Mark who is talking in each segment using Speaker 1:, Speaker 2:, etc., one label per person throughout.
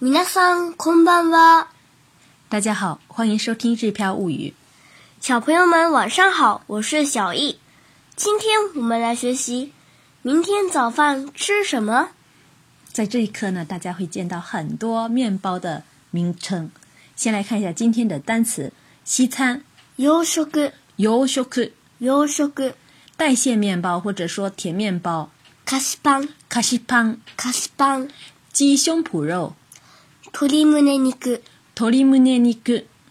Speaker 1: 皆さんこんばんは，
Speaker 2: 大家好，欢迎收听《日飘物语
Speaker 1: 小朋友们晚上好，我是小易。今天我们来学习，明天早饭吃什么？》。
Speaker 2: 在这一课呢，大家会见到很多面包的名称。先来看一下今天的单词：西餐、
Speaker 1: 洋食、
Speaker 2: 洋食、
Speaker 1: 洋食、
Speaker 2: 代谢面包或者说甜面包、
Speaker 1: 菓子パン、
Speaker 2: 卡西パン、
Speaker 1: 菓子パン、
Speaker 2: 鸡胸脯肉、
Speaker 1: 鶏胸肉、
Speaker 2: 鶏胸肉、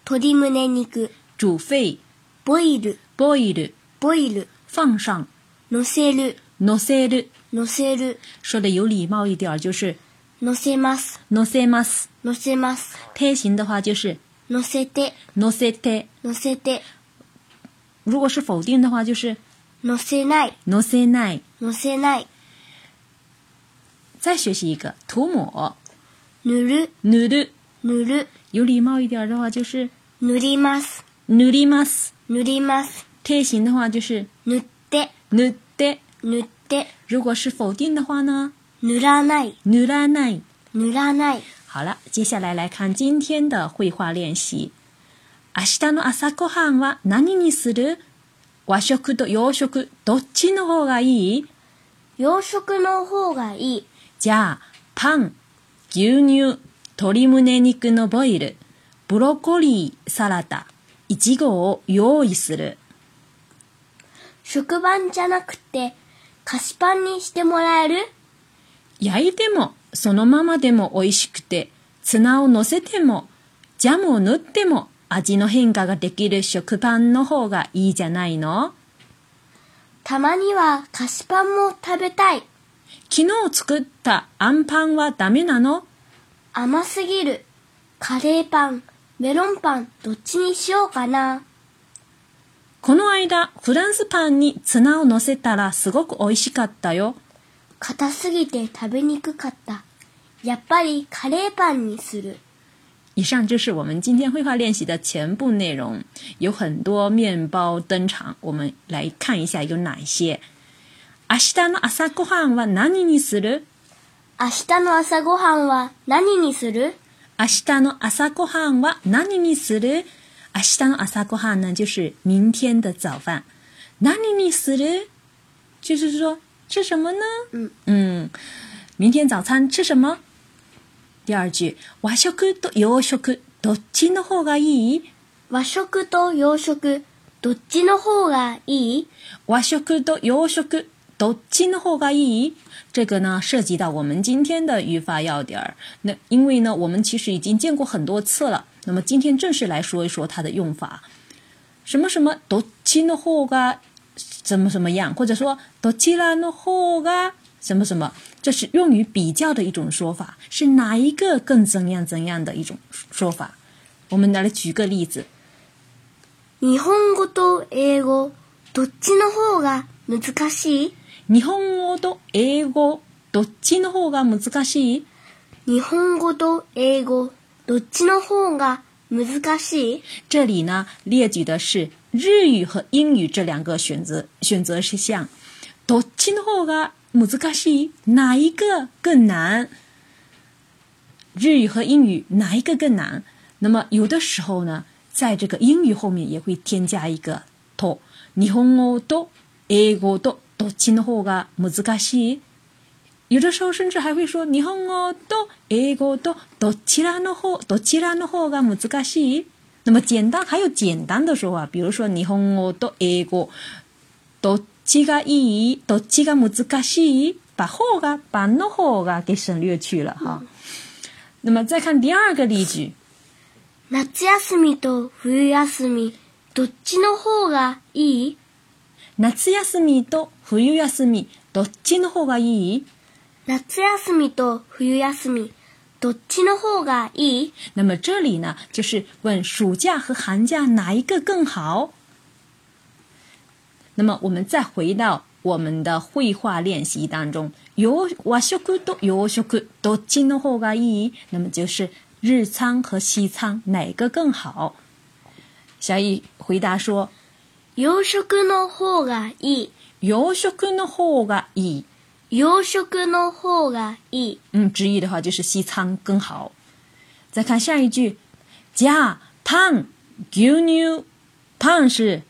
Speaker 1: 鶏胸肉、
Speaker 2: 煮沸、
Speaker 1: ボイル、
Speaker 2: boil、
Speaker 1: ボイル、
Speaker 2: 放上、
Speaker 1: のせる、
Speaker 2: 乗せる。
Speaker 1: のせる、
Speaker 2: 说的有礼貌一点儿就是
Speaker 1: のせます、
Speaker 2: 乗せます。
Speaker 1: のせます、
Speaker 2: 贴形的话就是
Speaker 1: のせて、
Speaker 2: 乗せて。
Speaker 1: のせて、
Speaker 2: 如果是否定的话就是
Speaker 1: のせない、
Speaker 2: 乗せない。
Speaker 1: のせない、
Speaker 2: 再学习一个涂抹
Speaker 1: 塗る、
Speaker 2: 塗る。
Speaker 1: 塗る、
Speaker 2: 有礼貌一点儿的话就是
Speaker 1: 塗ります、
Speaker 2: 塗ります。
Speaker 1: 塗ります、
Speaker 2: 贴形的话就是
Speaker 1: 塗って、
Speaker 2: 塗って。
Speaker 1: 塗って、
Speaker 2: 如果是否定的话呢，
Speaker 1: 塗らない、
Speaker 2: 塗らない。
Speaker 1: 塗らない。
Speaker 2: 好了，接下来来看今天的绘画练习。明日の朝ごはんは何にする？和食と洋食どっちの方がいい？
Speaker 1: 洋食の方がいい。
Speaker 2: じゃあパン、牛乳、鶏胸肉のボイル、ブロッコリーサラダ、いちごを用意する。
Speaker 1: 食パンじゃなくて、菓子パンにしてもらえる
Speaker 2: 焼いてもそのままでも美味しくてツナをのせてもジャムを塗っても味の変化ができる食パンの方がいいじゃないの
Speaker 1: たまには菓子パンも食べたい。
Speaker 2: 昨日作ったアンパンはダメなの
Speaker 1: 甘すぎる。カレーパン、メロンパン、どっちにしようかな。
Speaker 2: この間フランスパンにツナをのせたらすごく美味しかったよ
Speaker 1: 硬すぎて食べにくかった。やっぱりカレーパンにする。
Speaker 2: 以上就是我们今天绘画练习的全部内容，有很多面包登场，我们来看一下有哪一些。明日の朝ごはんは何にする？
Speaker 1: 明日の朝ごはんは何にする
Speaker 2: 明日の朝ごはんは何にする？明日の朝ごはん呢，就是明天的早饭。何にする？就是说吃什么呢？
Speaker 1: 嗯
Speaker 2: 嗯，明天早餐吃什么？第二句，和食と洋食どっちの方がいい？
Speaker 1: 和食と洋食、どっちの方がいい
Speaker 2: 和食と洋食どっちの方がいい？这个呢，涉及到我们今天的语法要点儿。那因为呢，我们其实已经见过很多次了。那么今天正式来说一说它的用法。什么什么どっちの方が怎么怎么样，或者说どちらの方が什么什么，这是用于比较的一种说法，是哪一个更怎样怎样的一种说法。我们来举个例子，
Speaker 1: 日本語と英語、どっちの方が難しい
Speaker 2: 日本語と英語どっちの方が難しい？
Speaker 1: 日本語と英語、どっちの方が難しい
Speaker 2: 这里呢列举的是日语和英语这两个选择选择事项。どっちの方が難しい？哪一个更难？日语和英语哪一个更难？那么有的时候呢，在这个英语后面也会添加一个と。日本語と英語とどっちの方が難しい？有的时候甚至还会说日本語と英語とどちらの方どちらの方が難しい？那么简单还有简单的说法，比如说日本語と英語どっちがいい？どっちが難しい？把后が把の方が给省略去了哈。那么再看第二个例句，
Speaker 1: 夏休みと冬休み、どっちの方がいい
Speaker 2: 夏休みと冬休みどっちの方がいい？
Speaker 1: 夏休みと冬休み、どっちの方がいい
Speaker 2: 那么这里呢，就是问暑假和寒假哪一个更好？那么我们再回到我们的绘画练习当中，洋和食と洋食どっちの方がいい？那么就是日餐和西餐哪个更好？小易回答说：
Speaker 1: 洋食の方がいい。
Speaker 2: 洋食の方がいい。
Speaker 1: 洋食の方がいい。
Speaker 2: 嗯，直译的话就是西餐更好。再看下一句，加パン牛乳，パン是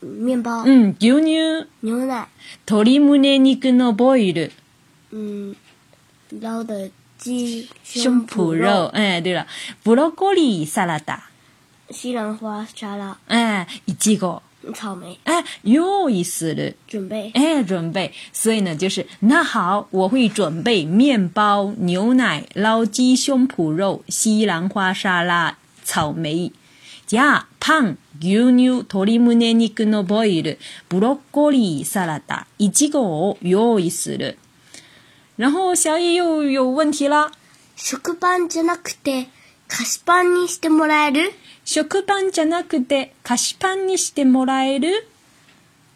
Speaker 1: 面包、
Speaker 2: 嗯牛乳，
Speaker 1: 牛奶，
Speaker 2: 鶏胸肉のボイル。
Speaker 1: 嗯，捞的鸡
Speaker 2: 胸脯
Speaker 1: 脯
Speaker 2: 肉，、哎，对了，ブロッコリーサラダ，
Speaker 1: 西兰花沙拉、
Speaker 2: 哎，いちご，
Speaker 1: 草莓，
Speaker 2: 哎，用意する，
Speaker 1: 准备
Speaker 2: 哎，准备，所以呢，就是那好，我会准备面包、牛奶、捞鸡胸脯肉、西兰花沙拉、草莓。じゃあ、パン、牛乳、鶏胸肉のボイル、ブロッコリーサラダ、いちごを用意する。然后小野又有问题啦。
Speaker 1: 食パンじゃなくて菓子パンにしてもらえる？
Speaker 2: 食パンじゃなくて菓子パンにしてもらえる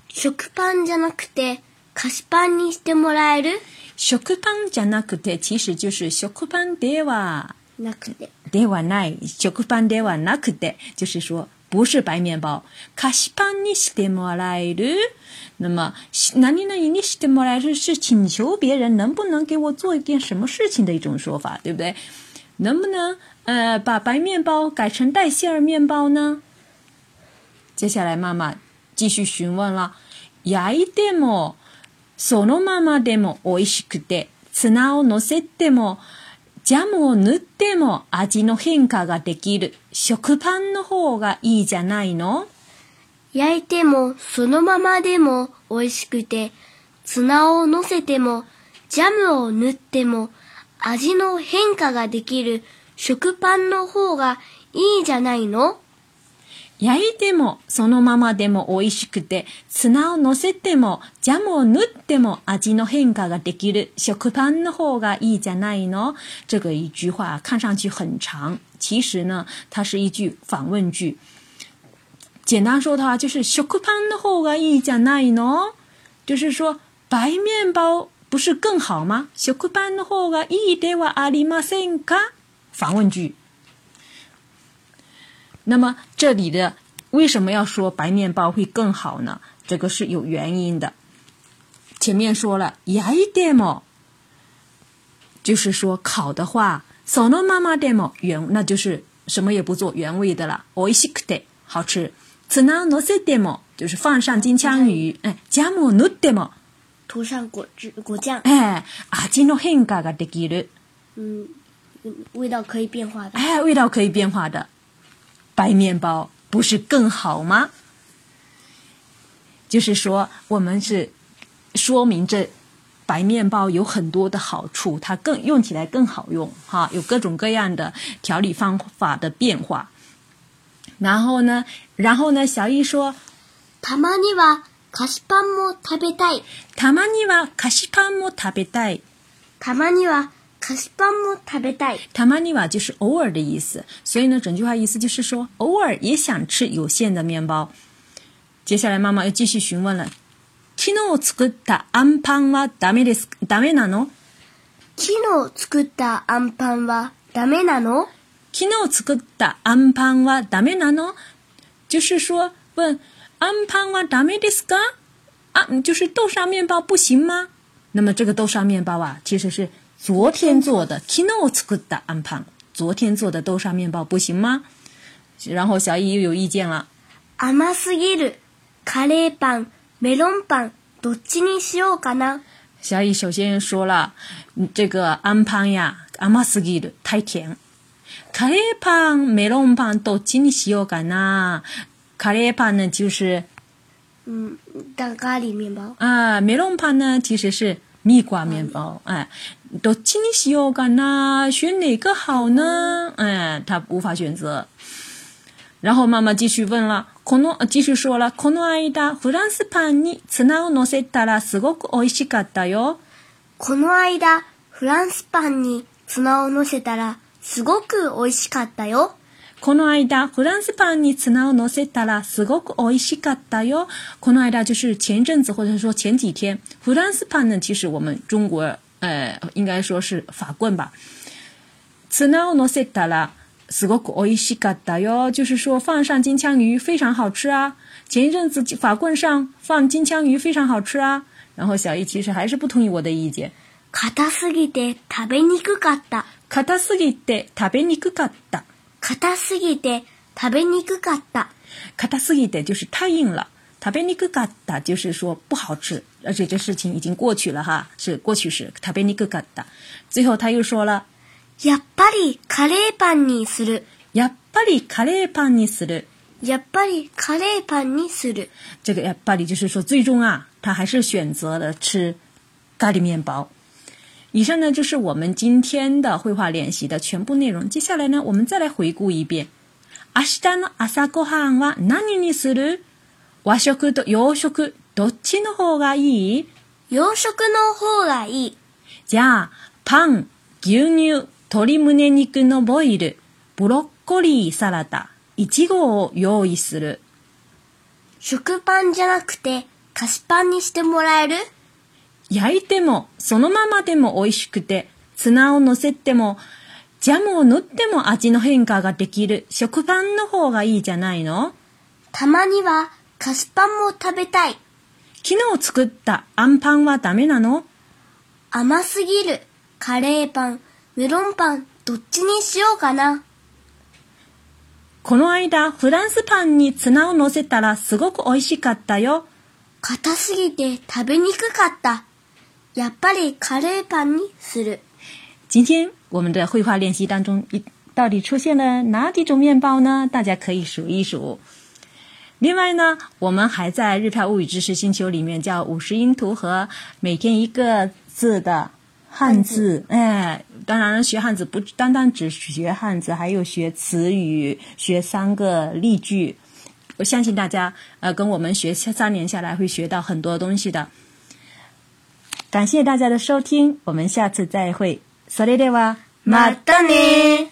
Speaker 1: 食パンじゃなくて菓子パンにしてもらえる？
Speaker 2: 食パンじゃなくて其实就是食パンでは
Speaker 1: なくて
Speaker 2: ではない食パンではなくて就是说不是白面包菓子パンにしてもらえる那么し何々にしてもらえる是请求别人能不能给我做一件什么事情的一种说法对不对能不能呃把白面包改成带馅儿面包呢接下来妈妈继续询问了：焼いても、そのままでも美味しくて、ツナを乗せても、ジャムを塗っても味の変化ができる。食パンの方がいいじゃないの
Speaker 1: 焼いてもそのままでも美味しくてツナをのせてもジャムを塗っても味の変化ができる食パンの方がいいじゃないの
Speaker 2: 焼いてもそのままでも美味しくて、ツナを乗せてもジャムを塗っても味の変化ができる食パンの方がいいじゃないの这个一句话看上去很长，其实呢，它是一句反问句。简单说的话就是食パンの方がいいじゃないの，就是说白面包不是更好吗？食パンの方がいいではありませんか？反问句。那么这里的为什么要说白面包会更好呢？这个是有原因的。前面说了，焼いても，就是说烤的话，そのままでも原那就是什么也不做原味的了。美味しくて好吃。ツナ乗せても就是放上金枪鱼，哎，ジャムを塗っても，
Speaker 1: 涂上果汁果酱，
Speaker 2: 哎，味の変化ができる。
Speaker 1: 嗯，味道可以变化的。
Speaker 2: 哎，味道可以变化的，白面包不是更好吗？就是说，我们是说明这白面包有很多的好处，它更用起来更好用哈，有各种各样的调理方法的变化。然后呢，然后呢，小易说，
Speaker 1: たまには菓子パンも食べたい。
Speaker 2: たまには菓子パンも食べたい。
Speaker 1: たまには菓子パンも食べたい。
Speaker 2: たまには就是偶尔的意思，所以呢，整句话意思就是说，偶尔也想吃有馅的面包。接下来，妈妈又继续询问了：昨日作ったあんパンはダメですダメなの？
Speaker 1: 昨日作ったアンパンはダメなの
Speaker 2: 昨日作ったあんパンはダメなの？就是说问あんパンはダメですか？啊，嗯就是豆沙面包不行吗？那么这个豆沙面包啊，其实是昨天做的。昨日作ったあんパン，昨天做的豆沙面包不行吗？然后小易又有意见了。
Speaker 1: 甘すぎる。カレーパン、メロンパン、どっちにしようかな。
Speaker 2: 小乙首先说了，嗯这个安潘呀，阿玛斯基的太甜。カレーパン、メロンパンどっちにしようかな？カレーパン呢，就是
Speaker 1: 嗯，当咖喱面包。
Speaker 2: 啊，梅隆帕呢其实是蜜瓜面包，哎，都请你喜欢干呐，选哪个好呢？哎，他无法选择。然后妈妈继续问了，この继续说了，この間フランスパンにツナを乗せたらすごく美味しかったよ。
Speaker 1: この間、フランスパンにツナを乗せたら、すごく美味しかったよ。
Speaker 2: この間フランスパンにツナを乗せたらすごく美味しかったよ。この間就是前阵子或者说前几天，フランスパン呢，其实我们中国呃应该说是法棍吧。ツナを乗せたらすごく美味しかったよ，就是说放上金枪鱼非常好吃啊。前一阵子法棍上放金枪鱼非常好吃啊。然后小易其实还是不同意我的意见。
Speaker 1: 硬すぎて食べにくかった。
Speaker 2: 硬すぎて食べにくかった。
Speaker 1: 硬すぎて食べにくかった。
Speaker 2: 硬すぎて就是太硬了。食べにくかった就是说不好吃，而且这事情已经过去了哈，是过去式。食べにくかった。最后他又说了，
Speaker 1: やっぱりカレーパンにする。
Speaker 2: やっぱりカレーパンにする。
Speaker 1: やっぱりカレーパンにする。
Speaker 2: 这个やっぱり就是说最终啊，他还是选择了吃咖喱面包。以上呢就是我们今天的绘画练习的全部内容。接下来呢，我们再来回顾一遍。明日の朝ごはんは何にする？和食と洋食どっちの方がいい？
Speaker 1: 洋食の方がいい。
Speaker 2: じゃあ、パン、牛乳、鶏胸肉のボイル、ブロッコリーサラダ、いちごを用意する。
Speaker 1: 食パンじゃなくて菓子パンにしてもらえる
Speaker 2: 焼いても、そのままでも美味しくて、ツナを乗せても、ジャムを塗っても味の変化ができる食パンの方がいいじゃないの
Speaker 1: たまには菓子パンも食べたい。
Speaker 2: 昨日作ったアンパンはダメなの
Speaker 1: 甘すぎる。カレーパン、メロンパン、どっちにしようかな。
Speaker 2: この間、フランスパンにツナを乗せたらすごく美味しかったよ。
Speaker 1: 硬すぎて食べにくかった。やっぱりカレーパンにする。
Speaker 2: 今天我们的绘画练习当中，一到底出现了哪几种面包呢？大家可以数一数。另外呢，我们还在《日票物语知识星球》里面叫五十音图和每天一个字的汉字。哎，当然了，学汉字不单单只学汉字，还有学词语，学三个例句。我相信大家呃跟我们学三年下来会学到很多东西的。感谢大家的收听，我们下次再会。それでは
Speaker 1: たね